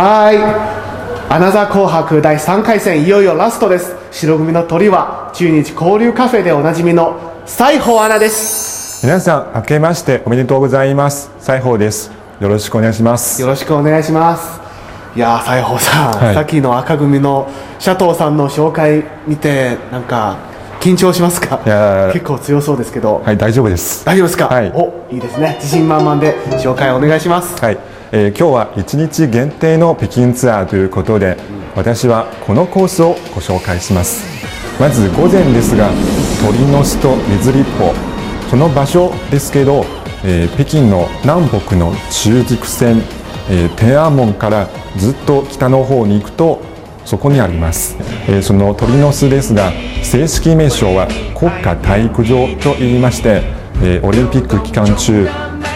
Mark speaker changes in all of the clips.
Speaker 1: はいアナザー紅白第3回戦いよいよラストです白組の鳥は中日交流カフェでおなじみの西宝アナです
Speaker 2: 皆さん明けましておめでとうございます西宝ですよろしくお願いします
Speaker 1: よろしくお願いしますいやー西宝さん、
Speaker 2: はい
Speaker 1: さっきの赤組のシャトーさんの紹介見てなんか緊張しますか
Speaker 2: いやー
Speaker 1: 結構強そうですけど、
Speaker 2: はい大丈夫です
Speaker 1: 大丈夫ですか、
Speaker 2: はい
Speaker 1: おいいですね自信満々で紹介お願いします
Speaker 2: はい、えー今日は1日限定の北京ツアーということで私はこのコースをご紹介しますまず午前ですが鳥の巣と水立法この場所ですけど、えー北京の南北の中軸線、えー天安門からずっと北の方に行くとそこにあります、えーその鳥の巣ですが正式名称は国家体育場と言いまして、えーオリンピック期間中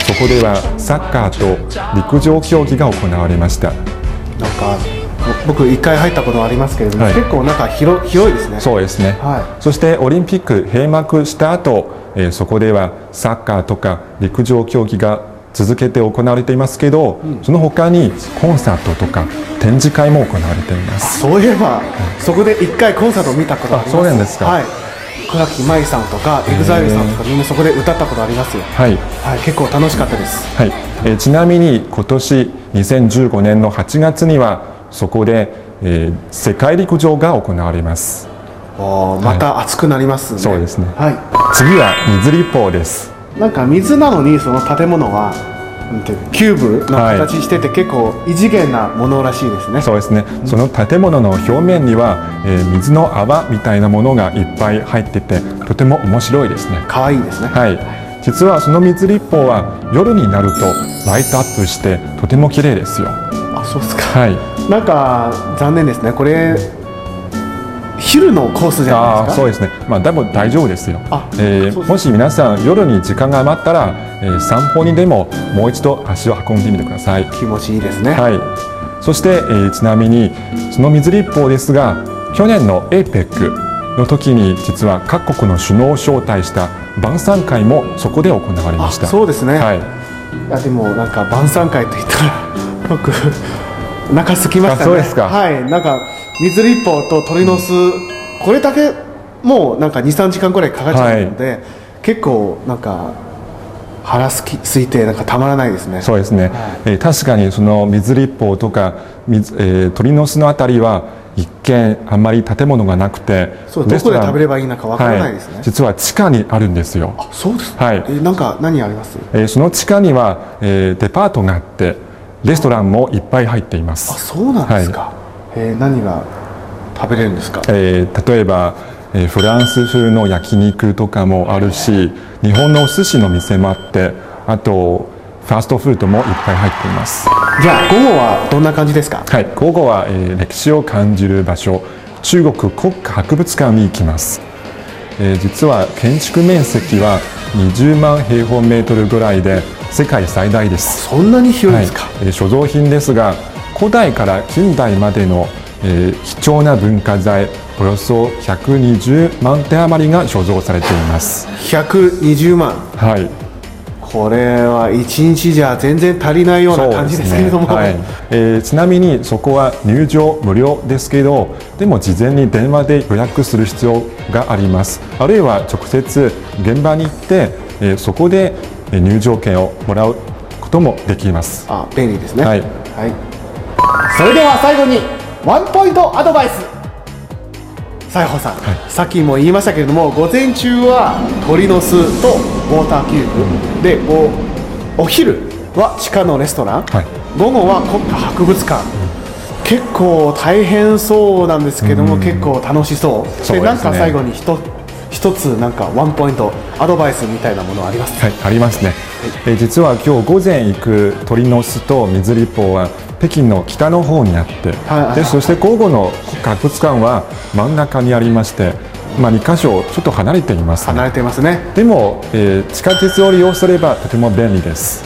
Speaker 2: そこではサッカーと陸上競技が行われました
Speaker 1: なんか僕一回入ったことはありますけれども、
Speaker 2: はい
Speaker 1: 結構なんか広広いですね。
Speaker 2: そうですね、
Speaker 1: は
Speaker 2: そしてオリンピック閉幕した後、えーそこではサッカーとか陸上競技が続けて行われていますけど、その他にコンサートとか展示会も行われています
Speaker 1: そういえばそこで一回コンサートを見たことあります。
Speaker 2: あそうなんですか
Speaker 1: はい。倉木麻衣さんとか EXILE さんとかみんなそこで歌ったことありますよ。
Speaker 2: はい
Speaker 1: はい、結構楽しかったです。
Speaker 2: はい、えーちなみに今年2015年の8月にはそこで、えー世界陸上が行われます
Speaker 1: おーまた熱くなりますね。
Speaker 2: そうですね
Speaker 1: は
Speaker 2: 次は水立法です
Speaker 1: い。なんか水なのにその建物はなんていうのキューブの形してて結構異次元なものらしいですね。
Speaker 2: そうですねその建物の表面には、えー水の泡みたいなものがいっぱい入っててとても面白いですね
Speaker 1: 可愛いですね。
Speaker 2: はい実はその水立法は夜になるとライトアップしてとても綺麗ですよ
Speaker 1: あ、そうですか。
Speaker 2: はい
Speaker 1: なんか残念ですね、これ、昼のコースじゃない
Speaker 2: あ
Speaker 1: で
Speaker 2: あ
Speaker 1: す
Speaker 2: そ
Speaker 1: か。
Speaker 2: うですね、まあ、多分大丈夫ですよ
Speaker 1: あ、
Speaker 2: え
Speaker 1: そう
Speaker 2: ー
Speaker 1: です
Speaker 2: もし皆さん夜に時間が余ったら、えー散歩にでももう一度足を運んでみてください、
Speaker 1: 気持ちいいですね。
Speaker 2: はい、そして、えーちなみにその水立法ですが去年の APEC の時に実は各国の首脳を招待した晩餐会もそこで行われま
Speaker 1: あ
Speaker 2: した
Speaker 1: そうですね、、
Speaker 2: はいい
Speaker 1: やでもなんか晩餐会と言ったら、僕、お腹空きましたね、
Speaker 2: あそうですか
Speaker 1: はい、なんか水立方と鳥の巣、これだけもうなんか2、3時間ぐらいかかっちゃうので、結構、なんか腹すき空いて、なんかたまらないですね。
Speaker 2: そうですね、えー確かにその水立法とか水、えー鳥の巣のあたりは一見あんまり建物がなくて
Speaker 1: そうどこで
Speaker 2: レストラン
Speaker 1: 食べればいいのかわからないですね
Speaker 2: は実は地下にあるんですよ、
Speaker 1: そうです
Speaker 2: はい
Speaker 1: えなんか何あります
Speaker 2: えーその地下には、えーデパートがあってレストランもいっぱい入っていま
Speaker 1: あ
Speaker 2: す、
Speaker 1: そうなんですか、えー何が食べれるんですか
Speaker 2: えー例えば、えーフランス風の焼肉とかもあるし日本のお寿司の店もあってあとファーストフードもいっぱい入っています
Speaker 1: じゃあ午後はどんな感じですか
Speaker 2: はい、午後は、えー歴史を感じる場所中国国家博物館に行きます、えー実は建築面積は20万平方メートルぐらいで世界最大です
Speaker 1: そんなに広い
Speaker 2: は
Speaker 1: で
Speaker 2: い
Speaker 1: すか、
Speaker 2: えー所蔵品ですが古代から近代までの、えー貴重な文化財およそ120万点余りが所蔵されています、
Speaker 1: 120万
Speaker 2: はい、
Speaker 1: これは1日じゃ全然足りないような感じですけれども、
Speaker 2: そうですねはいえーちなみにそこは入場無料ですけどでも事前に電話で予約する必要がありますあるいは直接現場に行って、えーそこでえー入場券をもらうこともできます
Speaker 1: あ便利ですね
Speaker 2: はい
Speaker 1: はいそれでは最後にワンポイントアドバイス西宝さん、さっきも言いましたけれども午前中は鳥の巣とウォーターキューブでおお昼は地下のレストラン、
Speaker 2: はい
Speaker 1: 午後は国家博物館、結構大変そうなんですけども、結構楽しそう
Speaker 2: そうですね
Speaker 1: なんか最後にひと一つなんかワンポイントアドバイスみたいなものありますか
Speaker 2: はい、ありますね、えー実は今日午前行く鳥の巣と水立法は北京の北の方にあって、
Speaker 1: はい
Speaker 2: でそして午後の国家博物館は真ん中にありまして、まあ、2か所ちょっと離れています、ね、
Speaker 1: 離れてますね
Speaker 2: でも、えー地下鉄を利用すればとても便利です。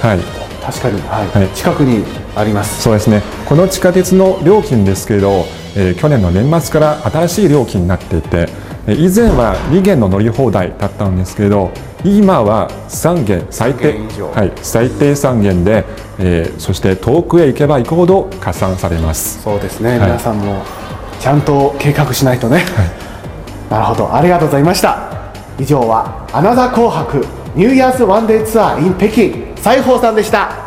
Speaker 2: はい、
Speaker 1: 確かに、はい
Speaker 2: はい
Speaker 1: 近くにあります
Speaker 2: そうですね。この地下鉄の料金ですけど、えー去年の年末から新しい料金になっていて、えー以前は2元の乗り放題だったんですけど、今は3軒最低
Speaker 1: 三軒以上
Speaker 2: はい、最低3軒で、えーそして遠くへ行けば行くほど加算されます
Speaker 1: そうですね、
Speaker 2: い
Speaker 1: 皆さんもちゃんと計画しないとね、 なるほどありがとうございました以上は「アナザー紅白ニューイヤーズワンデーツアー in 北京」西宝さんでした